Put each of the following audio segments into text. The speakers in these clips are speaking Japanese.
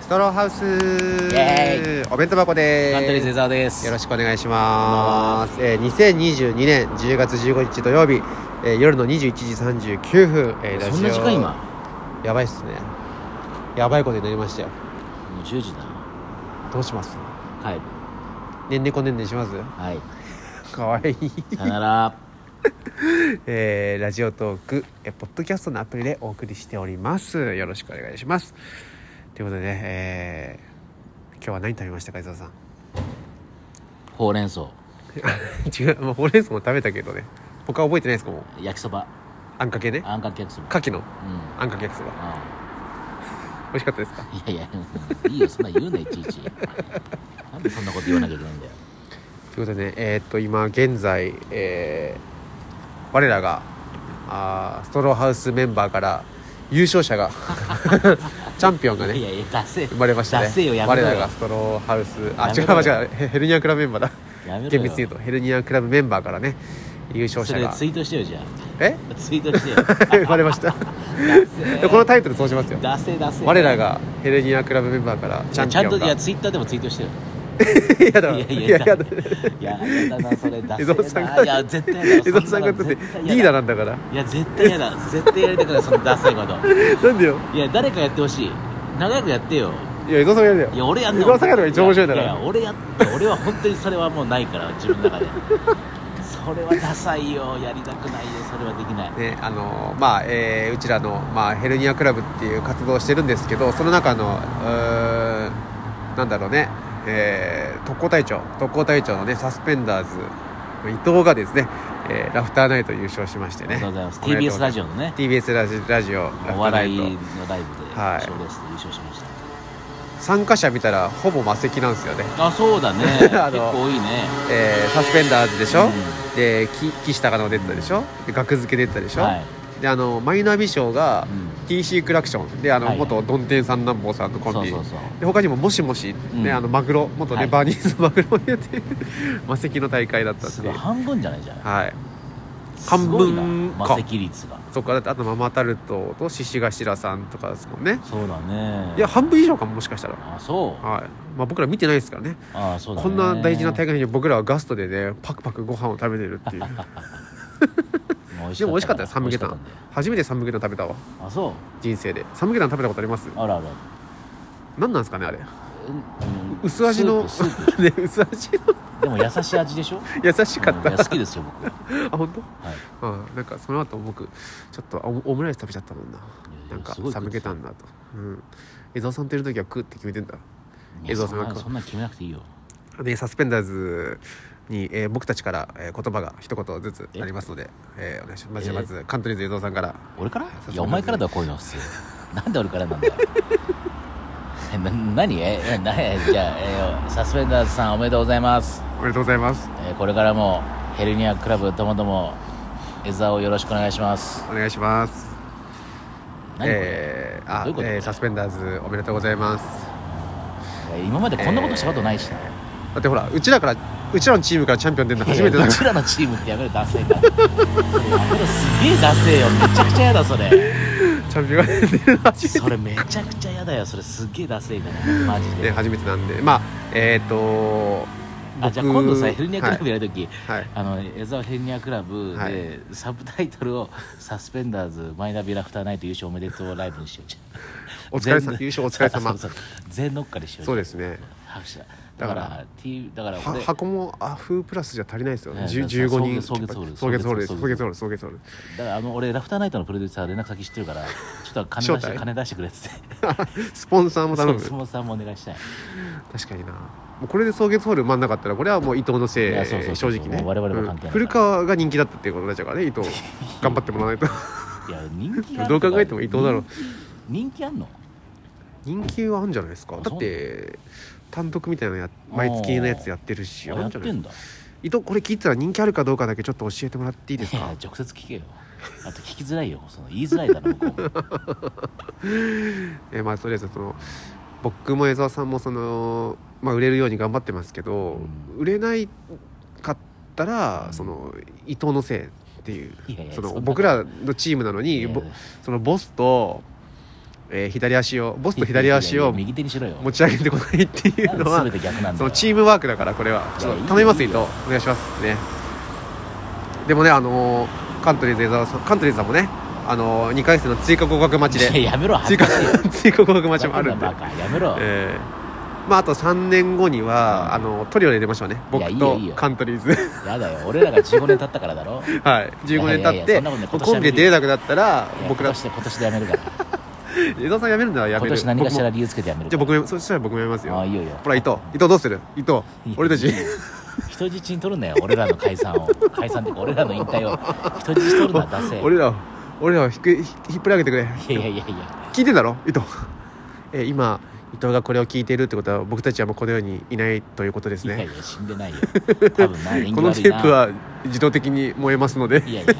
ストローハウエスお弁当箱でカントリーすゼザーですよろしくお願いします、えー、2022年10月15日土曜日、えー、夜の21時39分、えー、ラジオそんな時間今もやばいっすねやばいことになりましたよう10時だなどうします帰るねんねこねんねしますはい かわいい、さよならえー、ラジオトーク、えー、ポッドキャストのアプリでお送りしておりますよろしくお願いしますということでね、えー、今日は何食べましたか伊沢さんほうれん草 違う、まあ、ほうれん草も食べたけどね他覚えてないですかもう焼きそばあんかけねあんかけ焼きそば牡蠣のうんあんかけ焼きそばう美味しかったですかんいやいやうんいいよそんな言うないちいちなんでそんなこと言わなきゃいけないんだよということでねえーっと今現在、えー我らがあーストローハウスメンバーから優勝者が チャンピオンがいねやいや出せ生まれましたね出せよやめ我ろらよがストローハウスあや違めうろよ間違うヘヘルニアクラブメンバーだやめろよ厳密に言うとヘルニアクラブメンバーからね優勝そ者れがツイートしてよじゃえ あツイートしてよ生まれましたで このタイトルそうしますよ出せ出せ我らがヘルニアクラブメンバーからいチャやンちゃんピオとンいがやツイッターでもツイートしてよいやだいやいいややだいやだいややだなそれ伊沢出させんないやが絶対やだ伊沢さんがだってリーダーななんだからいや絶対やだ絶対やりたくないそのダサいことなんでよいや誰かやってほしい長くやってよいや伊沢さんがやるよいや俺やん伊沢さんやるのが一番面白いんだからやや俺やって俺は本当にそれはもうないから自分の中でそれはダサいよやりたくないよそれはできないねあのまあえーうちらの、まあ、ヘルニアクラブっていう活動をしてるんですけどその中のうーんなんだろうね、えー特攻隊長特攻隊長のねサスペンダーズの伊藤がですね、えーラフターナイト優勝しましてありねがとうございますおめでとう TBS ラジオのね TBS ラジラジオラフタおーナ笑イいのトライブではい賞レースで優勝しました、参加者見たらほぼ満席なんですよね、あそうだね あの結構多いねえーサスペンダーズでしょ、うんでき岸高野出てたでしょで学付け出てたでしょ、はい、であのマイナビ賞がうん TC クラクションであの、はいはい元どん天さん南坊さんのコンビそうそうそうで他にももしもし、うんねあのマグロ元ね、はいバーニーズマグロ入れて マセキの大会だったってすいごうい半分じゃないじゃんはい半分か魔石率がそっからあとママタルトと獅子頭さんとかですもんねそうだねいや半分以上かももしかしたらはい、あそうまあ、僕ら見てないですからねあそうだねこんな大事な大会に僕らはガストでねパクパクご飯を食べてるっていう もうでも美味しかったよサムゲタ美ン味しかっ初めてサムゲタン食べたわたんだよあそう人生でサムゲタン食べたことありますあるある何なんですかねあれうんうん薄味のスープスー ね薄味のプでも優しい味 でしょ優しかっうんいや好た、きですよ僕はあ本当いあなんかその後僕ちょっとオオムライス食べちゃったもんななんかすごいサムゲタンだと、うん、江沢さんといる時は食うって決めてんだいや映像さんがそんな決めなくていいよでサスペンダーズに、えー僕たちから、えー言葉が一言ずつありますので、えーお願いしますまずえまずカントリーズ江沢さんから俺からさすがいやお前からだよこういうの 普通なんで俺からなんだよえな何ええなえじゃあ、えーサスペンダーズさんおめでとうございます、おめでとうございますえーこれからもヘルニアクラブともども江沢をよろしくお願いしますお願いします何これ、えーあどういうことえーサスペンダーズおめでとうございますいや今までこんなことしたことないしな、だってほらうちらからうちらのチームからチャンピオン出るの初めていやだうかちらのチームってやめろダセえからやめろすげえダセえよめちゃくちゃやだそれら チャンピオンが出るの初めてそれめちゃくちゃやだよそれすげえダセえからマジねで初めてなんでまあえっ、とあじゃあ今度さ僕ヘルニアクラブやるとき、はい、はいあの江沢ヘルニアクラブで、はいサブタイトルを「サスペンダーズマイナビラフターナイト優勝おめでとうライブ」にしようじゃんお疲れ全様の優勝お疲れ様そうそうそう全ノッカでしようそうですすね拍手だだだかからら T だからは俺箱もアフープラスじゃ足りないですよね、はいじゅだ15人送月ホール送月ホールです送送月月ホホール送月ホールだからあの俺ラフターナイトのプロデューサー連絡先知ってるからちょっと金出招して待金出してくれっつってスポンサーも頼むそう相撲さんもお願いしたい確かになもうこれで送月ホール埋まんなかったらこれはもう伊藤のせいいやそうそうそう正直ねもう我々も関係ないうん古川が人気だったっていうことになっちゃうからね伊藤頑張ってもらわないといや人気があるどとうか考えても伊藤だろう人気人気あんの人気はあるんじゃないですかあだって単独みたいなのや毎月のやつやってるしああるやんっじゃてないんだ伊藤これ聞いてたら人気あるかどうかだけちょっと教えてもらっていいですいや か直接聞けよあと聞きづらいよその言いづらいだろ向こうもえーまあとりあえずその僕も江澤さんもその、まあ、売れるように頑張ってますけど、う売れないかったら、うんその伊藤のせいっていういやいやそそんのな僕らのチームなのいにやいやぼそのボスとえー左足をボスと左足を右手にしろよ持ち上げてこないっていうのは 全て逆なんだそのチームワークだからこれはちょっいとや頼みますいい伊よ藤お願いしますねでもねあのーカントリーズ江澤さんカントリーズさんもねあの2回戦の追加合格待ちいでややめろ追恥 ず加かしいよ追加合格待ちもあるんでバカやめろ、えーまああと3年後にはあのトリオで出ましょうねいや僕いいよといいよカントリーズ やだよ俺らが15年経ったからだろはい15年いやい経やっいやてそんなことないもうコンビで出れなくなったらいや僕ら今年で今年でやめるから江澤さん辞めるのはやめ今る年何かしら僕も理由つけてやめるじゃあから僕もそしたら僕もやめますあよあいいよいいよほら伊藤伊藤どうする伊藤俺たち人質に取るなよ俺らの解散を解散っていうか俺らの引退を人質に取るのは出せ俺らを俺らをひくひ引っ張り上げてくれいやいやいやいや聞いてんだろ伊藤 えー今伊藤がこれを聞いているってことは僕たちはもうこの世にいないということですいやいねや死んでないよ多分な縁起この悪いテなープは自動的に燃えますのでいやいや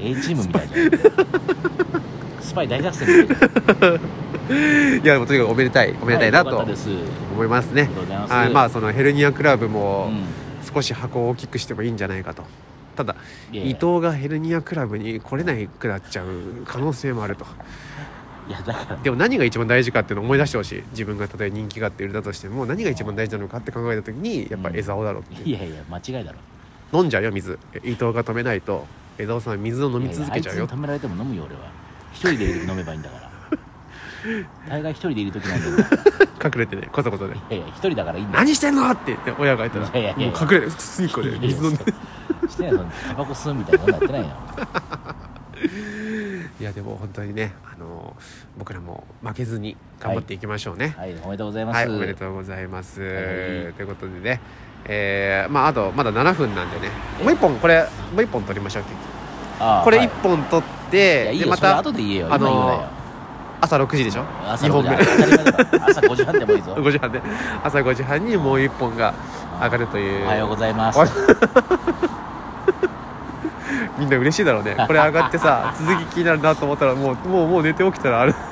A チームみたいじゃんスパイ大学生みたいじゃんいやでもとにかくおめでたいおめでたいなはよかとったです思いますねりがとうございますはいまあそのヘルニアクラブうもん少し箱を大きくしてもいいんじゃないかとただいやい伊や藤がヘルニアクラブに来れなくなっちゃう可能性もあるといやだからでも何が一番大事かっていうのを思い出してほしい自分がたとえ人気があって売れたとしても何が一番大事なのかって考えた時にやっぱ江沢だろうっていういやいや間違いだろ飲んじゃうよ水え伊藤が止めないと江澤さんは水を飲み続けちゃういやいやあよいつに止められても飲むよ俺は一人でいる時飲めばいいんだから大概一人でいる時飲 んでるんだか隠れてねこそこそでらいやいや一人だからいい「んだよ何してんの!」って言って親がいたらいやいやいやいやもう隠れて隅っこで水飲んでいやいやしてないそのタバコ吸うみたいなことやってないよいやでも本当にねあの僕らも負けずに頑張っていきましょうねはいおめでとうございます、はい、おめでとうございます、はいということでねえーまああとまだ7分なんでねえもう1本これもう1本取りましょうああこれはい1本取っいやていいでよまそれた後で言えよあ今言うなのよ朝6時でしょ朝2本5目時当たり前だろ朝5時半でもい いぞ5時半で朝5時半にもう1本が上がるというおはようございますおはみんな嬉しいだろうねこれ上がって さ続き気になるなと思ったらもうもうもう寝て起きたらある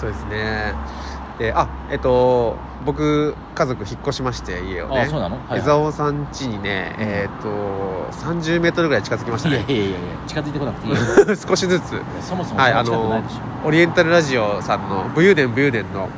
そうですねであえっと僕家族引っ越しまして家をねあそうなのはいはい江沢さん家にねうんえっと3 0メートルぐらい近づきましたいやねいやいやいや近づいてこなくていいよ少しずつそもそもはい 近あくなのいでしょ、オリエンタルラジオさんの武勇伝武勇伝の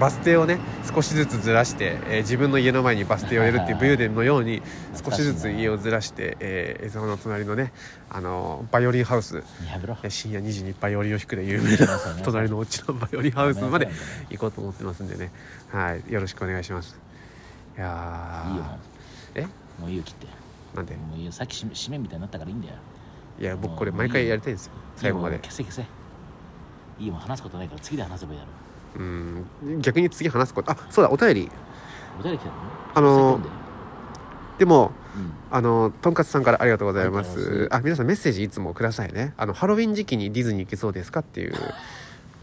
バス停をね少しずつずらして、えー自分の家の前にバス停を入れるっていう武勇伝のよう に少しずつ家をずらして、えー、江沢の隣のねあのバイオリンハウスうんやめろえー深夜2時にバイオリンを弾くで有名な隣のお家のバイオリンハウスまで行こうと思ってますんでね、はい、よろしくお願いしますいやーいいよもえうもういいよ切ってなんでもういいよさっき締め締めみたいになったからいいんだよいや僕これ毎回やりたいんですよ最後まいいよもうで消せ消せいいよもう話すことないから次で話せばいいだろうん逆に次話すことあそうだお便りお便り来たあののー先でも読んであのとんかつさんからありがとうございまありがとうございすあ皆さんメッセージいつもくださいねあのハロウィン時期にディズニー行けそうですかっていう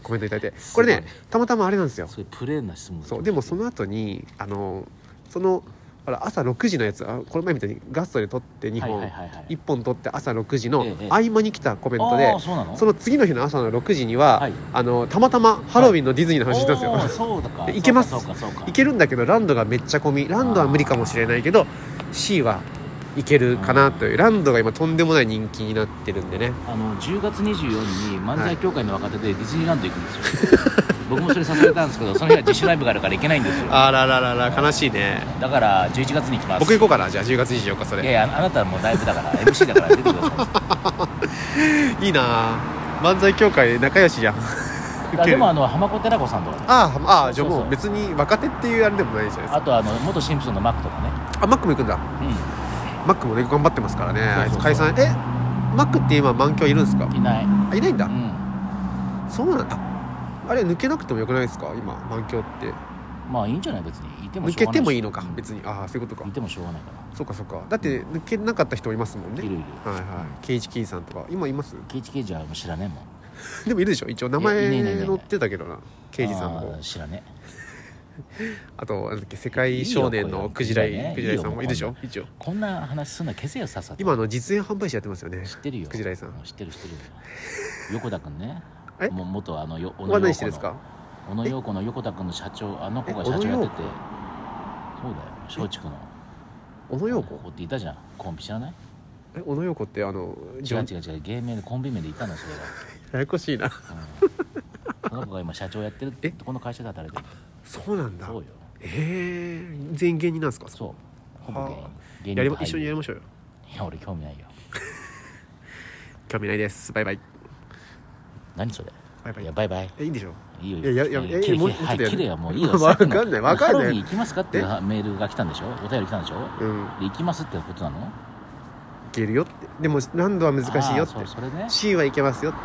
コメントいただいて これねすたまたまあれなんですうんよそういうプレーンな質問だそうでもその後にあのそのあら朝6時のやつあこの前みたいにガストで撮って2本、はいはいはいはい1本撮って朝6時のええ合間に来たコメントで、あーそうなのその次の日の朝の6時には、はいあのたまたまハロウィンのディズニーの話してたんですよ、おーそうだか で行けますそうかそうかそうかいけるんだけどランドがめっちゃ混みランドは無理かもしれないけど C はいけるかなというランドが今とんでもない人気になってるんでねあの10月24日に漫才協会の若手でディズニーランド行くんですよ、 僕もそれ誘われたんですけどその日は自主ライブがあるから行けないんですよあらららら悲しいねだから11月に行きます僕行こうかなじゃあ10月24日そいやれいやあなたはもうライブだから MC だから出てくださいいなあ漫才協会仲良しじゃん いあでもあの浜子寺子さんとかねああああじゃあそうそうもう別に若手っていうあれでもないじゃないですあかとあの元シンプソンのマックとかねあマックも行くんだうマックもね頑張ってますからねあいそつうそう解そう散えマックって今満響いるんですかんいない、うあいないんだん、そうなんだああれ抜けなくてもよくないですか今満響ってまあいいんじゃない別にいても抜しょけうがないしてもいいのかうん別にああそういうことかいてもしょうがないからそうかそうかだって抜けなかった人いますもんねいるいるはいはいケイチキーさんとか今います ケイチケイジはもう知らねえもんでもいるでしょ一応名いや前いないいないいない載ってたけどなケイジさんあもー知らねえあとなんだっけ世界少年のクジラいいよこういイクジラうのイさんもいるいいよでしょ一応こんな話すんな消せよさっさと今あの実演販売士やってますよね知ってるよクジライさん知ってる知ってる横田君ねえも元あのよ小は何陽してるんで子のすか小野陽子の横田君の社長あの子が社長やっててそうだよ松竹の小野陽子子っていたじゃんコンビ知らないえ小野洋子ってあの違うう違う違う芸名でコンビ名で行ったのそれややこしいな が、うん、その子が今社長やってるえとこの会社で働いてるそうなんだそうよえー、全員芸人なんですかそうほぼはあ芸や人り芸人まと俳優一緒にやりましょうよいや俺興味ないよ興味ないですバイバイ何それバイバイいやバイバイえいいんでしょいいよいやいやいやいえ切れもう切れはちょっいとやる切れよもういいよ わかんないわかんないハロウィン行きますかっていうえメールが来たんでしょお便り来たんでしょうんいで行きますってことなのけるよってでも難度は難しいよってあーそうそれね C はいけますよって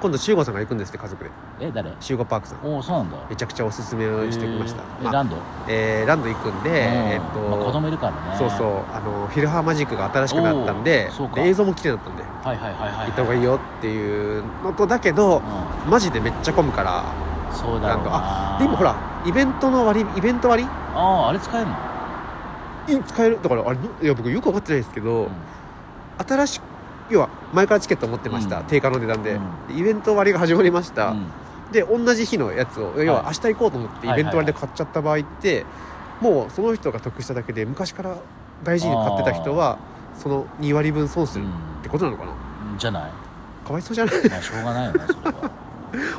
今度修吾さんが行くんですって家族でうんえ誰修吾パークさんおおそうなんだめちゃくちゃおすすめをしてきました、えーえまラあンドえーランド行くんで、えっと、まあ子供いるからねそうそうあのフィルハーマジックが新しくなったんでおーそうかで映像も綺麗だったんで行はいはいはいはいった方がいいよっていうのとだけどマジでめっちゃ混むからうんそうだろうなで今ほらイベントの割イベント割ああーあれ使えるのい使えるだからあれいや僕よく分かってないですけど、う新しく要は前からチケット持ってました、うん定価の値段で、うイベント割が始まりました、んで同じ日のやつを要は明日行こうと思ってイはいベント割で買っちゃった場合って、もうその人が得しただけで昔から大事に買ってた人はその2割分損すうるんってことなのかな、うんじゃないかわいそうじゃない まあしょうがないよねそ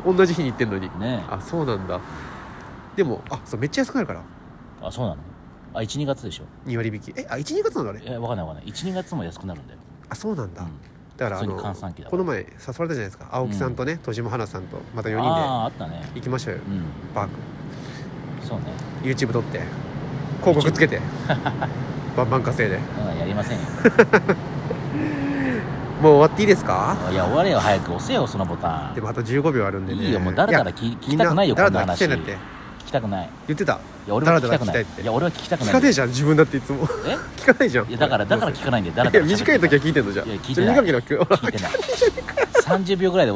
れは同じ日に行ってんのにねえあそうなんだでもあそうめっちゃ安くなるからあそうなのあ12月でしょ2割引きえあ12月なんだあれえわかんないわかんない12月も安くなるんだよあそうなんだ、うんだからあ普通のに閑散期だわこの前誘われたじゃないですか青木さんとね、戸島花さんとまた4あ人ああったねで行きましょうようんパークそうね YouTube 撮って広告つ けてバンバン稼いでうんやりませんよもう終わっていいですかいや終われよ早く押せよそのボタンでもあと15秒あるんでねいいよもうだらだらや聞聞みきんたくないよだらこんなだら聞き話たいんだって聞きたくない言ってたいや俺は聞きたくだらだら聞きなたいいっていや俺は聞きたく聞なかいねえじゃん自分だっていつも え聞かないじゃんいやだからだから聞かないんだよだらいやだら喋って短い時は聞いてんのじゃんいや聞いちてょない短いの聞く聞いてない30秒ぐらいで